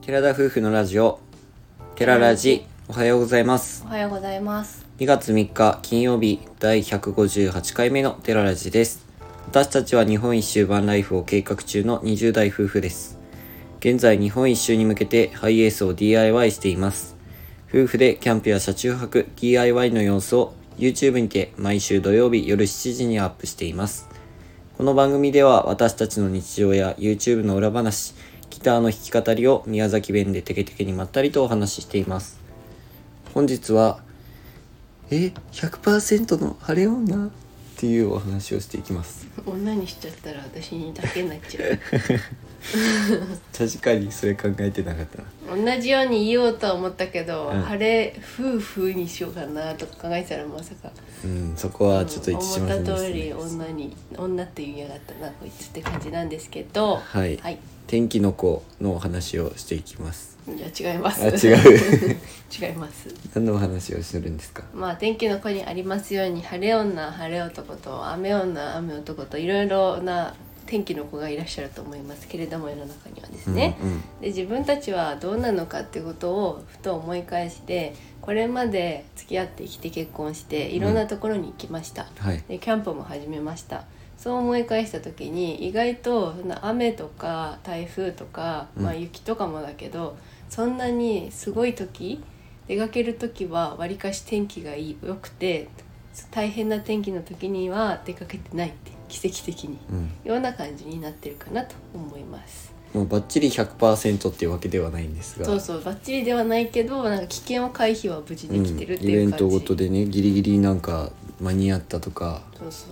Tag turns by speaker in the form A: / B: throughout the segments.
A: 寺田夫婦のラジオ寺ラジおはようございます
B: おはようございます。
A: 2月3日金曜日第158回目の寺ラジです私たちは日本一周バンライフを計画中の20代夫婦です現在日本一周に向けてハイエースを DIY しています夫婦でキャンプや車中泊 DIY の様子を YouTube にて毎週土曜日夜7時にアップしていますこの番組では私たちの日常や YouTube の裏話、ギターの弾き語りを宮崎弁でテケテケにまったりとお話ししています。本日は、え、100%の晴れ女っていうお話をしていきます。
B: 女にしちゃったら私にだけになっちゃう。
A: 確かにそれ考えてなかったな。
B: 同じように言おうとは思ったけど、
A: うん
B: 晴れ夫婦にしようかなとか考えてたらまさか。
A: うん、そこはちょっと一致しません
B: 思
A: で
B: った通
A: し
B: り
A: たね。
B: 女に女って言いやがったなこいつって感じなんですけど。
A: はい
B: はい。
A: 天気の子のお話をしていきます。
B: いや違います。
A: あ違う
B: 違います。
A: 何のお話をするんですか
B: まあ天気の子にありますように晴れ女晴れ男と雨女雨男といろいろな天気の子がいらっしゃると思いますけれども世の中にはですね。
A: うん
B: で自分たちはどうなのかってことをふと思い返してこれまで付き合ってきて結婚していろんなところに行きました、
A: うん、はい。
B: でキャンプも始めましたそう思い返した時に意外とそんな雨とか台風とか、
A: うん
B: まあ、雪とかもだけどそんなにすごい時出かける時はわりかし天気がいい良くて大変な天気の時には出かけてないって奇跡的に
A: うん。
B: ような感じになってるかなと思います。
A: もうバッチリ100%っていうわけではないんですが。
B: そうそうバッチリではないけどなんか危険を回避は無事できてるって
A: イベ
B: いう
A: ン
B: 感じ、
A: トごとでねギリギリなんか間に合ったとか
B: そうそ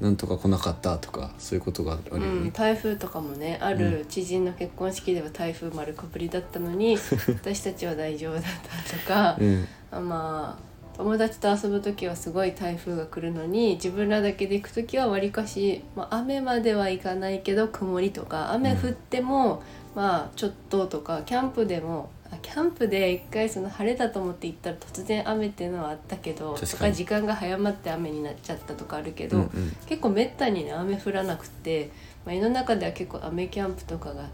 B: う、
A: なんとか来なかったとかそういうことがあるよ
B: うん、
A: ね、
B: 台風とかもねあ
A: う
B: る知人の結婚式では台風丸かぶりだったの に私たちは大丈夫だったとか
A: う、ん
B: あまあ友達と遊ぶ時はすごい台風が来るのに自分らだけで行く時はわりかし、まあ、雨まではいかないけど曇りとか雨降っても、まあちょっととかキャンプでもあキャンプで一回その晴れだと思って行ったら突然雨っていうのはあったけど
A: 確かに
B: とか時間が早まって雨になっちゃったとかあるけど、
A: うんうん
B: 結構めったにね雨降らなくて、まあ、世の中では結構雨キャンプとかが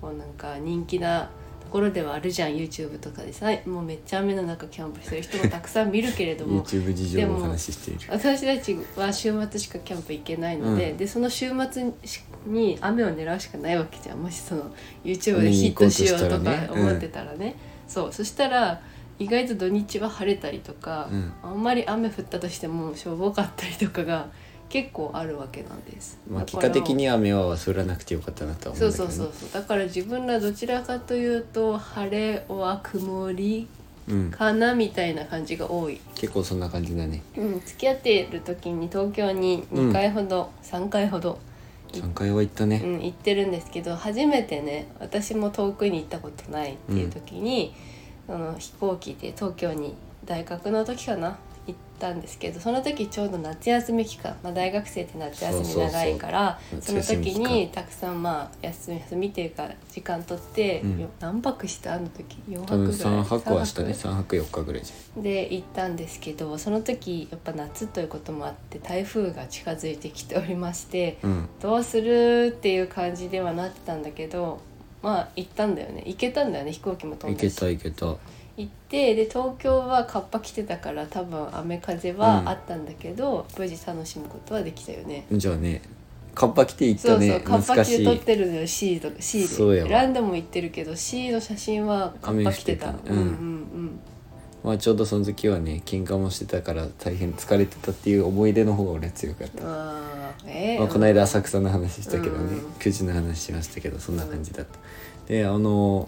B: こうなんか人気なところではあるじゃん YouTube とかでさもうめっちゃ雨の中キャンプしてる人もたくさん見るけれども
A: YouTube 事情をお話ししている
B: 私たちは週末しかキャンプ行けないので、
A: うん
B: でその週末に雨を狙うしかないわけじゃんもしその YouTube
A: 見
B: で
A: に
B: ヒ
A: 行
B: ッ
A: こう
B: ト
A: とし
B: しよう
A: たら
B: と
A: ね
B: か思ってたらねそうそしたら意外と土日は晴れたりとか、
A: うん
B: あんまり雨降ったとしてもしょぼかったりとかが結構あるわけなんです。
A: まあ
B: だ
A: 結
B: から
A: 果的に雨は忘れなくてよかったなとは思
B: そううん
A: だけ
B: そ
A: ど、
B: う
A: ね、
B: そうそうだから自分らどちらかというと晴れは曇り
A: うん、
B: かなみたいな感じが多い
A: 結構そんな感じだね
B: うん、付き合っている時に東京に2回ほど、3回ほど、
A: 3回は行った
B: う
A: ね、
B: ん、行ってるんですけど初めてね私も遠くに行ったことないっていう時に、その飛行機で東京に大学の時かな行ったんですけどその時ちょうど夏休み期間、まあ、大学生って夏休み長いから
A: そう
B: そ
A: そうそう
B: の時
A: 夏休み
B: にたくさんまあ休み休みっていうか時間取って、
A: うん
B: よ何泊したあの時4
A: 多
B: 泊ぐ
A: 分
B: らい
A: 3泊はしたね
B: 三
A: 3泊4日ぐらいじ
B: で行ったんですけどその時やっぱ夏ということもあって台風が近づいてきておりまして
A: ゃんうん
B: どうするっていう感じではなってたんだけどまあ行ったんだよね行けたんだよね飛行機も飛
A: 行
B: んだ
A: け
B: した
A: 行けた
B: 行ってで東京はカッパ着てたから多分雨風はあったんだけど、無事楽しむことはできたよね。
A: じゃあねカッパ着て行っ
B: そ
A: た
B: うそ
A: ね
B: う、カッパ
A: 懐か
B: 着
A: して
B: 撮っ
A: い
B: てるのよ C とか C
A: そうや
B: で
A: わ
B: ランダム行ってるけど C の写真はカッパ着てた
A: 雨降ってた
B: う
A: ね
B: ん
A: う
B: うんんうん
A: まあちょうどその時はね喧嘩もしてたから大変疲れてたっていう思い出の方が俺は強かった
B: あーえー
A: まあ、この間浅草の話したけどね、
B: うん
A: くじの話しましたけどそんな感じだった。であの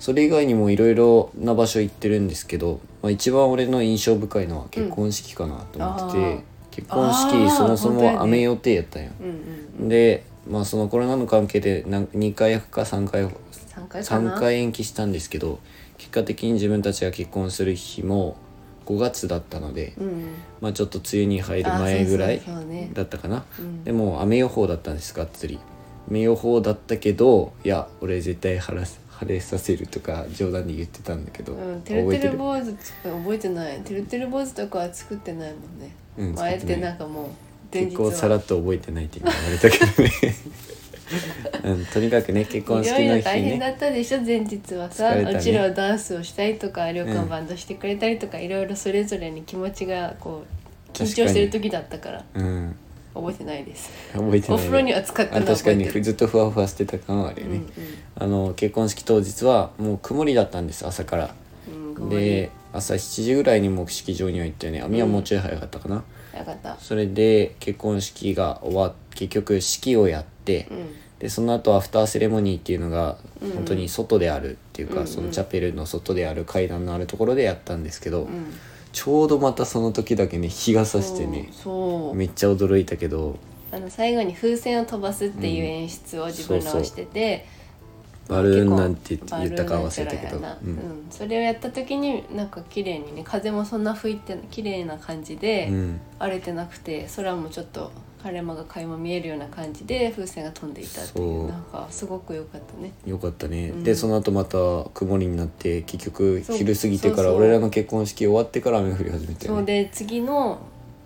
A: それ以外にもいろいろな場所行ってるんですけど、まあ、一番俺の印象深いのは結婚式かなと思ってて、
B: うんあー
A: 結婚
B: あー
A: 式そもそ
B: 本当やね
A: も雨予定やったんよ。
B: うんうん
A: で、まあ、そのコロナの関係でなん2回か3回
B: 三回かな
A: 3回延期したんですけど結果的に自分たちが結婚する日も5月だったので、
B: うん
A: まあ、ちょっと梅雨に入る前ぐらい
B: あそうそうそうね
A: だったかな。
B: うん
A: でも雨予報だったんですがっつり雨予報だったけどいや俺絶対晴らす晴れさせるとか冗談で言ってたんだけど、
B: うん、てるてる坊主つく覚えてないてるてる坊主とかは作ってないもんね、
A: うん
B: 前っ
A: 作って
B: て
A: ない
B: なんかもう前
A: 結
B: 日
A: 構さら
B: は
A: っと覚えてないって言われたけどねうん、とにかくね結婚
B: いろ
A: 式
B: い
A: の
B: ろ
A: 日
B: 大
A: ね
B: 変だったでしょ前日はさ、
A: 疲れたね
B: うちらはダンスをしたりとかりょうくん
A: うん
B: はバンドしてくれたりとか、いろいろそれぞれに気持ちがこう緊張
A: 確かに
B: してる時だったから
A: うん
B: 覚えてないです
A: 覚えて
B: お
A: ない
B: 風呂には使った
A: あ
B: のは
A: 確か
B: 覚え
A: に
B: てる
A: ずっとふわふわしてた感はあるよ
B: うん
A: ね、あの結婚式当日はもう曇りだったんです朝から
B: うんうんごめん
A: で朝7時ぐらいにもう式場には行ったよね網はもうちょい早かったかな、
B: よかった
A: それで結婚式が終わっ結局式をやって、
B: うん
A: でその後アフターセレモニーっていうのが
B: うんうん
A: 本当に外であるっていうか、
B: うんうん
A: そのチャペルの外である階段のあるところでやったんですけど、
B: うん
A: ちょうどまたその時だけね日が差してね
B: そうそう
A: めっちゃ驚いたけど
B: あの最後に風船を飛ばすっていう演出を自分ら
A: そうそう
B: はしてて、
A: バルーンなんて
B: バル
A: 言
B: ー
A: っ
B: ン
A: たか忘れたけど、
B: なんちゃらやな
A: うん
B: うんそれをやった時になんか綺麗にね風もそんな吹いてない綺麗な感じで、
A: うん
B: 荒れてなくて空もちょっと晴れ間が垣間見えるような感じで風船が飛んでいたってい
A: そう
B: うなんかすごく良かったね
A: よかったね、
B: うん
A: でその後また曇りになって結局
B: そう
A: 昼過ぎてか
B: そう
A: ら
B: そう
A: 俺らの結婚式終わってから雨降り始めて、
B: そうで次の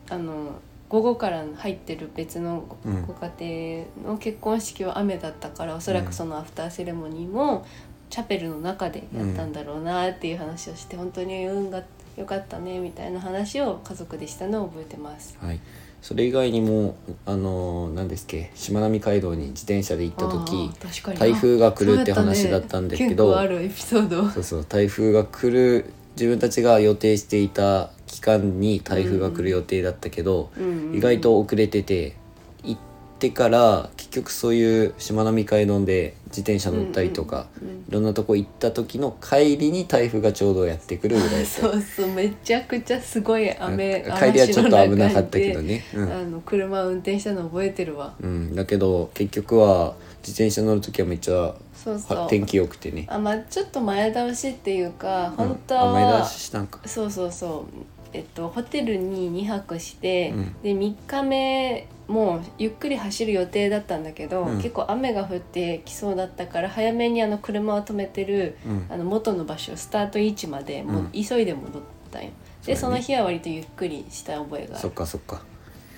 B: あの午後から入ってる別のご
A: うん
B: ご家庭の結婚式は雨だったから、おそらくそのアフターセレモニーもチャペルの中でやったんだろうなっていう話をして、本当に運が良かったねみたいな話を家族でしたのを覚えてます。
A: はい、それ以外にもあのー何ですっけしまなみ海道に自転車で行った時
B: あー確かに
A: 台風が来るって
B: そうや
A: 話だ
B: ね
A: ったんだけど
B: 結構あるエピソー ド
A: そうそう台風が来る自分たちが予定していた期間に台風が来る予定だったけど、意外と遅れてて行ってから結局そういうしまなみ海道で自転車乗ったりとか、
B: うんうんうんうん
A: いろんなとこ行った時の帰りに台風がちょうどやってくるぐらいだった
B: そうそうめちゃくちゃすごい 雨
A: 帰りはちょっと危なかったけど
B: ね、
A: ね。うん
B: あの車を運転したの覚えてるわ
A: うん、だけど結局は自転車乗る時はめっちゃは
B: そうそう
A: 天気良くてね
B: あまあちょっと前倒しっていうか
A: うん
B: 本当
A: あ前
B: は、
A: 倒ししたんか
B: そうそうそうえっとホテルに2泊して、
A: うん
B: で3日目もうゆっくり走る予定だったんだけど、
A: うん
B: 結構雨が降ってきそうだったから早めにあの車を止めてる
A: うん
B: あの元の場所スタート位置までもう急いで戻ったんよ、で
A: そ
B: そう
A: だ
B: の
A: ね
B: 日は割とゆっくりした覚えがあ
A: そっ
B: る
A: かそっか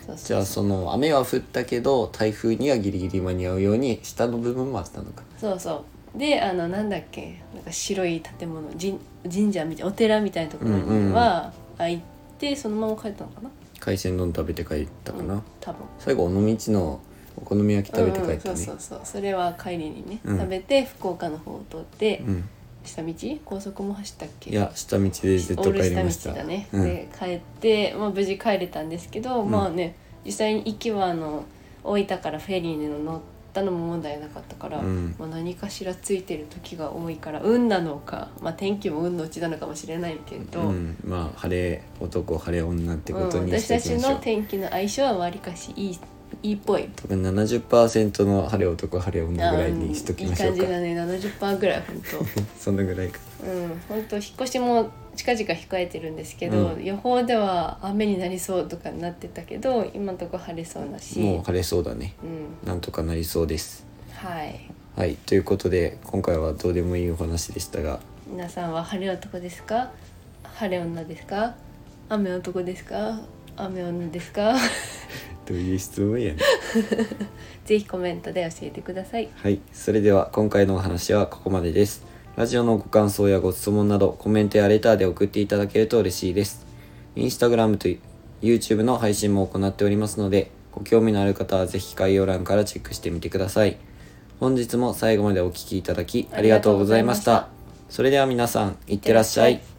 B: そうそうそう
A: じゃあその雨は降ったけど台風にはギリギリ間に合うように下の部分もあったのか
B: そうそうであのなんだっけなんか白い建物神神社みたいなお寺みたいなところにはあ行ってそのまま帰ったのかな
A: 海鮮丼食べて帰ったかな、
B: うん多分
A: 最後尾道のお好み焼き食べて帰った
B: うんうんそうそ
A: ね
B: うそうそれは帰りにね、
A: うん
B: 食べて福岡の方を通って
A: う、ん
B: 下道高速も走ったっけ
A: いや下道でずっ
B: オ
A: と
B: ール
A: 帰り
B: 下
A: ました
B: 道だね、
A: うん
B: で帰って、まあ、無事帰れたんですけど、
A: うん
B: まあね実際に行きはあの大分からフェリーに乗ったのも問題なかったから、
A: うん
B: まあ、何かしらついてる時が多いから運なのか、まあ、天気も運のうちなのかもしれないけど、
A: うん、まあ晴れ男晴れ女ってこと
B: うん
A: にして
B: 私た
A: いき
B: ち
A: ましょう、
B: の天気の相性はわりかしいいいいっぽい。
A: 多分70%の晴れ男晴れ女ぐらいにしときましょうか、
B: あうんいい感じだね70%ぐらい本当。
A: そんなぐらいか
B: うん、本当引っ越しも近々控えてるんですけど、
A: う
B: 予報では雨になりそうとかになってたけど今のとこ晴れそうだし
A: もう晴れそうだね
B: うん、
A: なんとかなりそうです
B: はい
A: はいということで今回はどうでもいいお話でしたが
B: 皆さんは晴れ男ですか晴れ女ですか雨男ですか雨女ですか
A: どういう質問やね
B: ぜひコメントで教えてください
A: はいそれでは今回のお話はここまでですラジオのご感想やご質問などコメントやレターで送っていただけると嬉しいですインスタグラムと YouTube の配信も行っておりますのでご興味のある方はぜひ概要欄からチェックしてみてください本日も最後までお聴きいただきありがとうございました
B: ありがとうござい
A: それでは皆さんいってらっしゃ
B: いっ
A: い
B: てらっしゃい